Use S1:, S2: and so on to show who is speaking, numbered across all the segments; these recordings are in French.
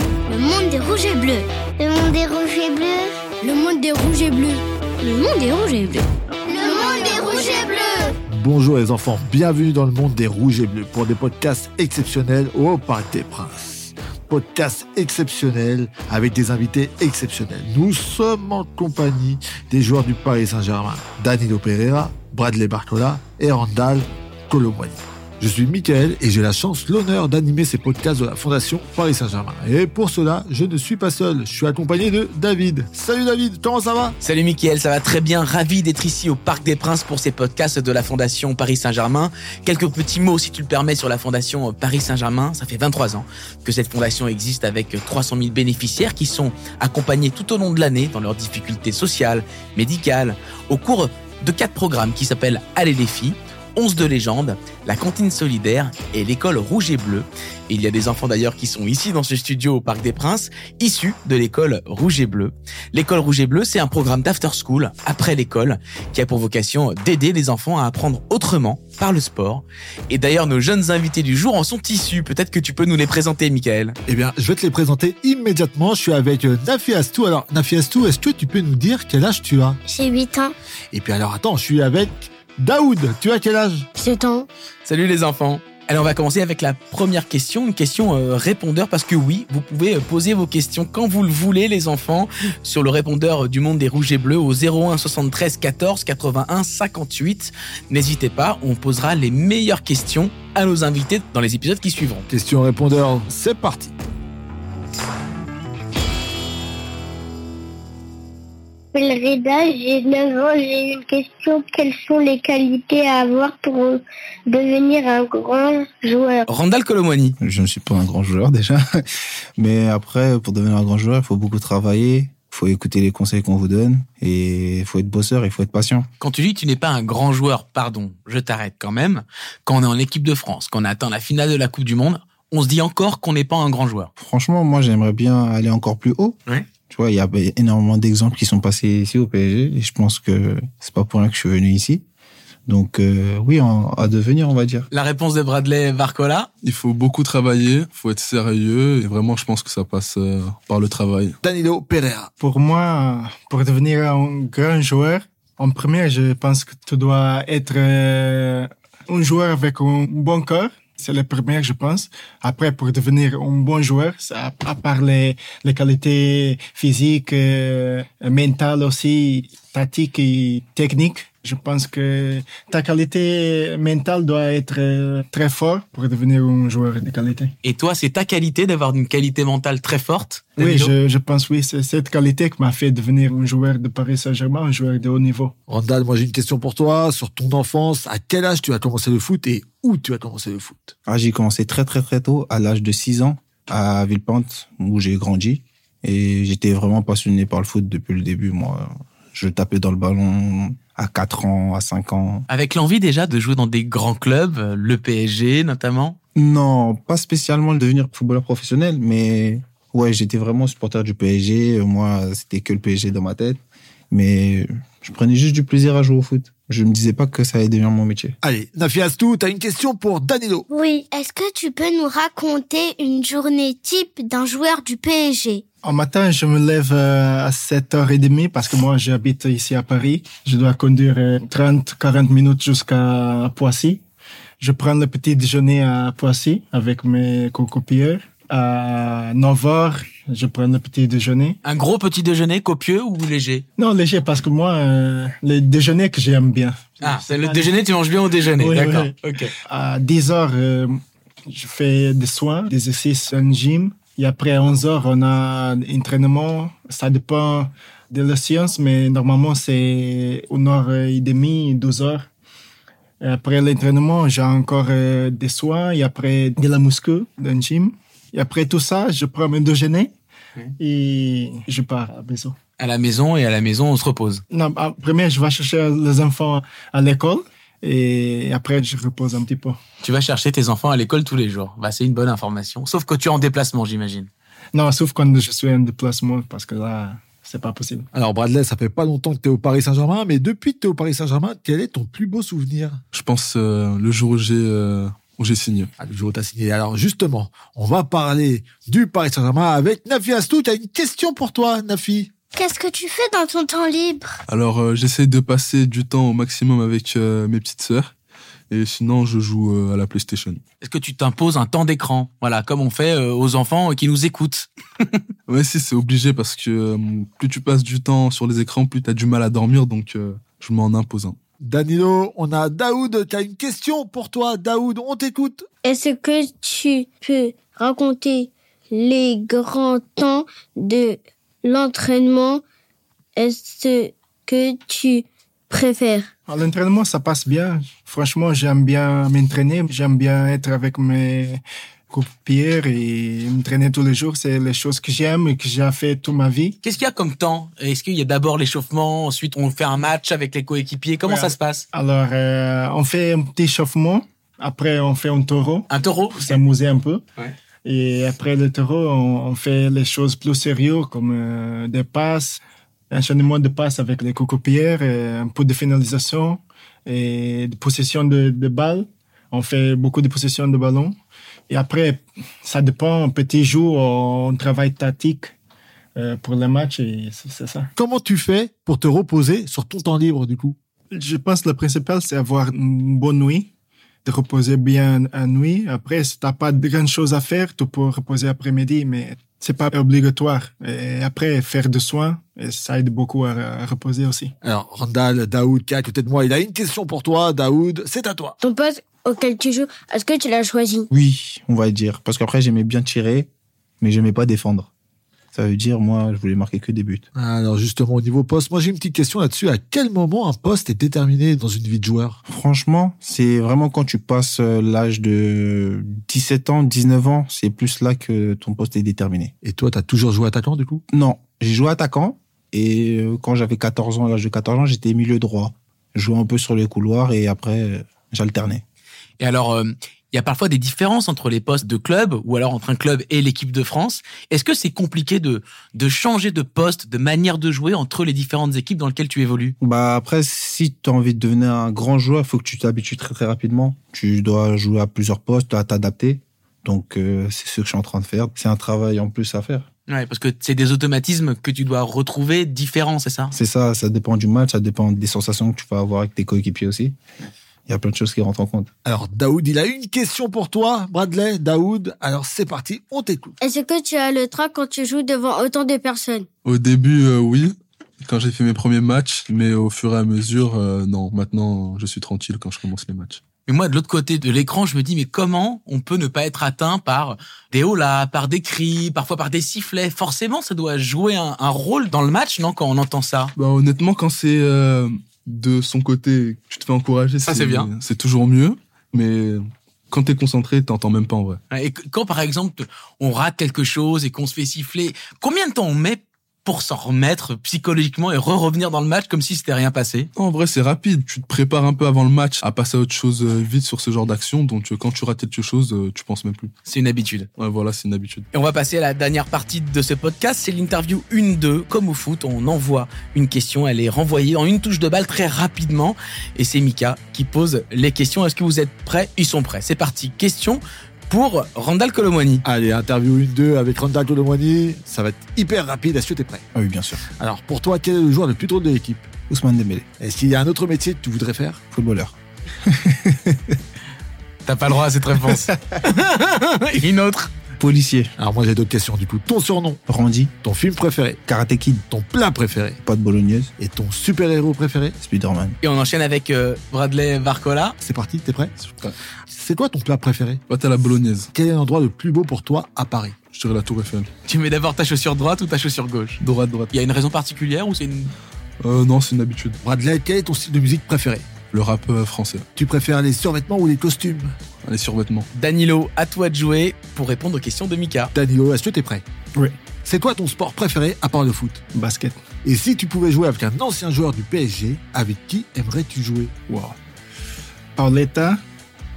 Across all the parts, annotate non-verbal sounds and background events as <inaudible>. S1: Le monde des rouges et bleus.
S2: Le monde des rouges et bleus.
S1: Le monde des rouges et bleus. Le monde des rouges et bleus.
S2: Le monde des rouges et bleus.
S3: Bonjour les enfants, bienvenue dans le monde des rouges et bleus pour des podcasts exceptionnels au Parc des Princes. Podcast exceptionnel avec des invités exceptionnels. Nous sommes en compagnie des joueurs du Paris Saint-Germain, Danilo Pereira, Bradley Barcola et Randall Colomwani. Je suis Mickaël et j'ai la chance, l'honneur d'animer ces podcasts de la Fondation Paris Saint-Germain. Et pour cela, je ne suis pas seul, je suis accompagné de David. Salut David, comment ça va
S4: Salut Mickaël, ça va très bien, ravi d'être ici au Parc des Princes pour ces podcasts de la Fondation Paris Saint-Germain. Quelques petits mots si tu le permets sur la Fondation Paris Saint-Germain. Ça fait 23 ans que cette fondation existe avec 300 000 bénéficiaires qui sont accompagnés tout au long de l'année dans leurs difficultés sociales, médicales, au cours de quatre programmes qui s'appellent Allez les filles, 11 de légende, la cantine solidaire et l'école rouge et bleu. Et il y a des enfants d'ailleurs qui sont ici dans ce studio au Parc des Princes, issus de l'école rouge et bleu. L'école rouge et bleu, c'est un programme d'after school, après l'école, qui a pour vocation d'aider les enfants à apprendre autrement par le sport. Et d'ailleurs, nos jeunes invités du jour en sont issus. Peut-être que tu peux nous les présenter, Michael.
S3: Eh bien, je vais te les présenter immédiatement. Je suis avec euh, Nafi Astou. Alors, Nafi Astou, est-ce que tu peux nous dire quel âge tu as
S2: J'ai 8 ans.
S3: Et puis alors, attends, je suis avec Daoud. Tu as quel âge
S2: 7 ans.
S4: Salut les enfants. Alors on va commencer avec la première question, une question euh, répondeur parce que oui, vous pouvez euh, poser vos questions quand vous le voulez les enfants sur le répondeur du monde des rouges et bleus au 01 73 14 81 58. N'hésitez pas, on posera les meilleures questions à nos invités dans les épisodes qui suivront.
S3: Question répondeur, c'est parti.
S2: Reda, j'ai 9 ans, j'ai une question. Quelles sont les qualités à avoir pour devenir un grand joueur
S4: Randall Colomwani.
S5: Je ne suis pas un grand joueur déjà. <laughs> Mais après, pour devenir un grand joueur, il faut beaucoup travailler. Il faut écouter les conseils qu'on vous donne. Et il faut être bosseur, il faut être patient.
S4: Quand tu dis que tu n'es pas un grand joueur, pardon, je t'arrête quand même. Quand on est en équipe de France, quand on atteint la finale de la Coupe du Monde, on se dit encore qu'on n'est pas un grand joueur.
S5: Franchement, moi, j'aimerais bien aller encore plus haut.
S4: Ouais.
S5: Tu vois, il y a énormément d'exemples qui sont passés ici au PSG. Et je pense que c'est pas pour rien que je suis venu ici. Donc, euh, oui, en- à devenir, on va dire.
S4: La réponse de Bradley Varcola.
S6: Il faut beaucoup travailler, il faut être sérieux et vraiment je pense que ça passe euh, par le travail.
S3: Danilo Pereira.
S7: Pour moi, pour devenir un grand joueur, en premier, je pense que tu dois être euh, un joueur avec un bon cœur. C'est le premier, je pense. Après, pour devenir un bon joueur, ça, à part les, les qualités physiques, euh, mentales aussi, tactiques et techniques, je pense que ta qualité mentale doit être euh, très forte pour devenir un joueur de qualité.
S4: Et toi, c'est ta qualité d'avoir une qualité mentale très forte.
S7: Oui,
S4: Danilo
S7: je, je pense oui, c'est cette qualité qui m'a fait devenir un joueur de Paris Saint-Germain, un joueur de haut niveau.
S3: Randall, moi j'ai une question pour toi sur ton enfance. À quel âge tu as commencé le foot et où tu as commencé le foot
S5: Ah, j'ai commencé très très très tôt, à l'âge de 6 ans, à Villepinte, où j'ai grandi. Et j'étais vraiment passionné par le foot depuis le début, moi. Je tapais dans le ballon à 4 ans, à 5 ans.
S4: Avec l'envie déjà de jouer dans des grands clubs, euh, le PSG notamment.
S5: Non, pas spécialement le devenir footballeur professionnel, mais ouais, j'étais vraiment supporter du PSG. Moi, c'était que le PSG dans ma tête. Mais je prenais juste du plaisir à jouer au foot. Je me disais pas que ça allait devenir mon métier.
S3: Allez, Nafi Astou, t'as une question pour Danilo.
S2: Oui. Est-ce que tu peux nous raconter une journée type d'un joueur du PSG
S7: En matin, je me lève euh, à 7h30 parce que moi, j'habite ici à Paris. Je dois conduire euh, 30, 40 minutes jusqu'à Poissy. Je prends le petit déjeuner à Poissy avec mes cocopieurs. À 9h, je prends le petit déjeuner.
S4: Un gros petit déjeuner copieux ou léger
S7: Non, léger parce que moi, euh, le déjeuner que j'aime bien.
S4: Ah, c'est le déjeuner, tu manges bien au déjeuner,
S7: Oui,
S4: d'accord.
S7: oui.
S4: Ok.
S7: À 10 heures, euh, je fais des soins, des exercices en gym. Et après, à 11 heures, on a un entraînement. Ça dépend de la science, mais normalement, c'est une heure et demie, 12 heures. Et après l'entraînement, j'ai encore euh, des soins et après de la muscu dans le gym. Et après tout ça, je prends mon déjeuner et je pars à la maison.
S4: À la maison et à la maison, on se repose.
S7: Non, en premier, je vais chercher les enfants à l'école et après, je repose un petit peu.
S4: Tu vas chercher tes enfants à l'école tous les jours. Bah, c'est une bonne information. Sauf que tu es en déplacement, j'imagine.
S7: Non, sauf quand je suis en déplacement, parce que là, c'est pas possible.
S3: Alors Bradley, ça fait pas longtemps que t'es au Paris Saint-Germain, mais depuis que t'es au Paris Saint-Germain, quel est ton plus beau souvenir
S6: Je pense euh, le jour où j'ai euh, où j'ai signé.
S3: Ah, le jour où t'as signé. Alors justement, on va parler du Paris Saint-Germain avec Nafi Astou. T'as une question pour toi, Nafi
S1: Qu'est-ce que tu fais dans ton temps libre
S6: Alors, euh, j'essaie de passer du temps au maximum avec euh, mes petites sœurs. Et sinon, je joue euh, à la PlayStation.
S4: Est-ce que tu t'imposes un temps d'écran Voilà, comme on fait euh, aux enfants qui nous écoutent.
S6: Ouais, si, c'est obligé parce que euh, plus tu passes du temps sur les écrans, plus t'as du mal à dormir. Donc, euh, je m'en impose un.
S3: Danilo, on a Daoud. T'as une question pour toi, Daoud. On t'écoute.
S2: Est-ce que tu peux raconter les grands temps de l'entraînement Est-ce que tu préfères
S7: À l'entraînement, ça passe bien. Franchement, j'aime bien m'entraîner. J'aime bien être avec mes copiers et m'entraîner tous les jours. C'est les choses que j'aime et que j'ai fait toute ma vie.
S4: Qu'est-ce qu'il y a comme temps Est-ce qu'il y a d'abord l'échauffement, ensuite on fait un match avec les coéquipiers Comment
S7: Ouais.
S4: ça se passe
S7: Alors, euh, on fait un petit échauffement. Après, on fait un taureau
S4: Un taureau
S7: pour s'amuser un peu.
S4: Ouais.
S7: Et après le taureau, on, on fait les choses plus sérieuses comme euh, des passes, enchaînement de passes avec les cocopières, euh, un peu de finalisation et de possession de, de balles. On fait beaucoup de possession de ballon. Et après, ça dépend. Un petit jour, on travaille tactique euh, pour le match et c'est c'est ça.
S3: Comment tu fais pour te reposer sur ton temps libre, du coup
S7: Je pense que le principal, c'est avoir une bonne nuit, de reposer bien la nuit. Après, si t'as pas de grandes choses à faire, tu peux reposer après-midi, mais c'est pas obligatoire. Et après, faire des soins, et ça aide beaucoup à, à reposer aussi.
S3: Alors, Randall, Daoud, qui est à côté de moi, il a une question pour toi, Daoud. C'est à toi.
S2: Ton poste auquel tu joues, est-ce que tu l'as choisi
S5: Oui, on va dire. Parce qu'après, j'aimais bien tirer, mais j'aimais pas défendre. Ça veut dire, moi, je voulais marquer que des buts.
S3: Alors, justement, au niveau poste, moi, j'ai une petite question là-dessus. À quel moment un poste est déterminé dans une vie de joueur
S5: Franchement, c'est vraiment quand tu passes euh, l'âge de 17 ans, 19 ans, c'est plus là que ton poste est déterminé.
S3: Et toi, t'as toujours joué attaquant, du coup
S5: Non, j'ai joué attaquant et euh, quand j'avais 14 ans, à l'âge de 14 ans, j'étais milieu droit. Je jouais un peu sur les couloirs et après, euh, j'alternais.
S4: Et alors, euh, il y a parfois des différences entre les postes de club ou alors entre un club et l'équipe de France. Est-ce que c'est compliqué de, de changer de poste, de manière de jouer entre les différentes équipes dans lesquelles tu évolues
S5: Bah après, si tu as envie de devenir un grand joueur, il faut que tu t'habitues très très rapidement. Tu dois jouer à plusieurs postes, tu dois t'adapter. Donc euh, c'est ce que je suis en train de faire. C'est un travail en plus à faire.
S4: Ouais, parce que c'est des automatismes que tu dois retrouver différents, c'est ça
S5: C'est ça, ça dépend du match, ça dépend des sensations que tu vas avoir avec tes coéquipiers aussi. Il y a plein de choses qui rentrent en compte.
S3: Alors, Daoud, il a une question pour toi, Bradley, Daoud. Alors, c'est parti, on t'écoute.
S2: Est-ce que tu as le trac quand tu joues devant autant de personnes
S6: Au début, euh, oui, quand j'ai fait mes premiers matchs, mais au fur et à mesure, euh, non. Maintenant, je suis tranquille quand je commence les matchs.
S4: Mais moi, de l'autre côté de l'écran, je me dis, mais comment on peut ne pas être atteint par des holas, par des cris, parfois par des sifflets Forcément, ça doit jouer un, un rôle dans le match, non, quand on entend ça
S6: Bah, honnêtement, quand c'est euh, de son côté, tu te fais encourager,
S4: Ça, c'est bien.
S6: C'est toujours mieux, mais quand t'es concentré, t'entends même pas en vrai.
S4: Et que- quand, par exemple, on rate quelque chose et qu'on se fait siffler, combien de temps on met pour s'en remettre psychologiquement et re-revenir dans le match comme si c'était rien passé
S6: Non, en vrai, c'est rapide. Tu te prépares un peu avant le match à passer à autre chose euh, vite sur ce genre d'action. Donc, euh, quand tu rates quelque chose, euh, tu penses même plus.
S4: C'est une habitude.
S6: Ouais, voilà, c'est une habitude.
S4: Et on va passer à la dernière partie de ce podcast, c'est l'interview 1-2. Comme au foot, on envoie une question, elle est renvoyée en une touche de balle très rapidement. Et c'est Mika qui pose les questions. Est-ce que vous êtes prêts Ils sont prêts. C'est parti. Question pour Randall Colomwani.
S3: Allez, interview 1-2 avec Randall Colomwani. Ça va être hyper rapide. Est-ce que t'es prêt
S5: Ah oui, bien sûr.
S3: Alors, pour toi, quel est le joueur le plus drôle de l'équipe
S5: Ousmane Dembélé,
S3: Est-ce qu'il y a un autre métier que tu voudrais faire
S5: footballeur.
S4: T'as pas le droit à cette <laughs> réponse. une autre.
S5: Policier,
S3: Alors, moi, j'ai d'autres questions. Du coup, ton surnom,
S5: Randy,
S3: ton film préféré,
S5: Karate Kid,
S3: ton plat préféré
S5: pas de bolognaise,
S3: et ton super-héros préféré
S5: Spider-Man.
S4: Et on enchaîne avec euh, Bradley Varcola.
S3: C'est parti, t'es prêt
S6: Je suis prêt.
S3: C'est quoi ton plat préféré
S6: Pâte à la bolognaise.
S3: Quel est l'endroit le plus beau pour toi à Paris
S6: Je dirais la tour Eiffel.
S4: Tu mets d'abord ta chaussure droite ou ta chaussure gauche
S6: Droite, droite.
S4: Il y a une raison particulière ou c'est une...
S6: Euh, non, c'est une habitude.
S3: Bradley, quel est ton style de musique préféré
S6: Le rap euh, français.
S3: Tu préfères les survêtements ou les costumes
S6: Les survêtements.
S4: Danilo, à toi de jouer pour répondre aux questions de Mika.
S3: Danilo, est-ce que t'es prêt
S7: Oui.
S3: C'est quoi ton sport préféré à part le foot
S7: Basket.
S3: Et si tu pouvais jouer avec un ancien joueur du PSG, avec qui aimerais-tu jouer
S7: Wow. Pauletta,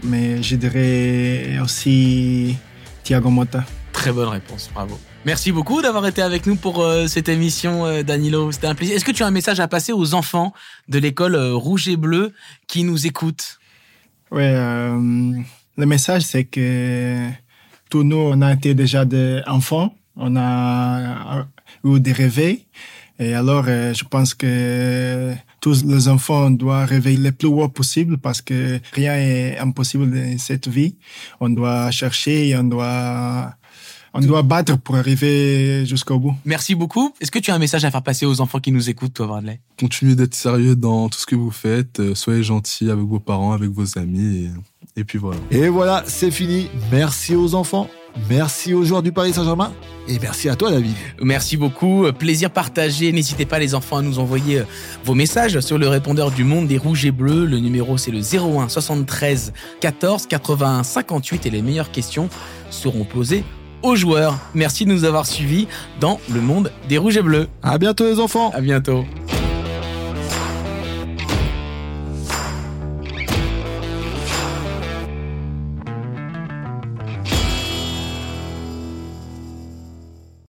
S7: mais je dirais aussi Thiago Motta.
S4: Très bonne réponse, bravo. Merci beaucoup d'avoir été avec nous pour euh, cette émission, euh, Danilo. C'était un plaisir. Est-ce que tu as un message à passer aux enfants de l'école euh, Rouge et Bleu qui nous écoutent
S7: Ouais, euh, Le message, c'est que tous nous, on a été déjà des enfants, on a euh, eu des réveils. Et alors, euh, je pense que tous les enfants doivent réveiller le plus haut possible parce que rien n'est impossible dans cette vie. On doit chercher et on doit, on doit battre pour arriver jusqu'au bout.
S4: Merci beaucoup. Est-ce que tu as un message à faire passer aux enfants qui nous écoutent, toi, Bradley
S6: Continuez d'être sérieux dans tout ce que vous faites. euh, Soyez gentil avec vos parents, avec vos amis. Et, et puis voilà.
S3: Et voilà, c'est fini. Merci aux enfants, merci aux joueurs du Paris Saint-Germain et merci à toi, David.
S4: Merci beaucoup. Euh, Plaisir partagé. N'hésitez pas, les enfants, à nous envoyer euh, vos messages sur le répondeur du monde des rouges et bleus. Le numéro, c'est le 01 73 14 81 58 et les meilleures questions seront posées aux joueurs. Merci de nous avoir suivis dans le monde des rouges et bleus.
S3: À bientôt, les enfants.
S4: À bientôt.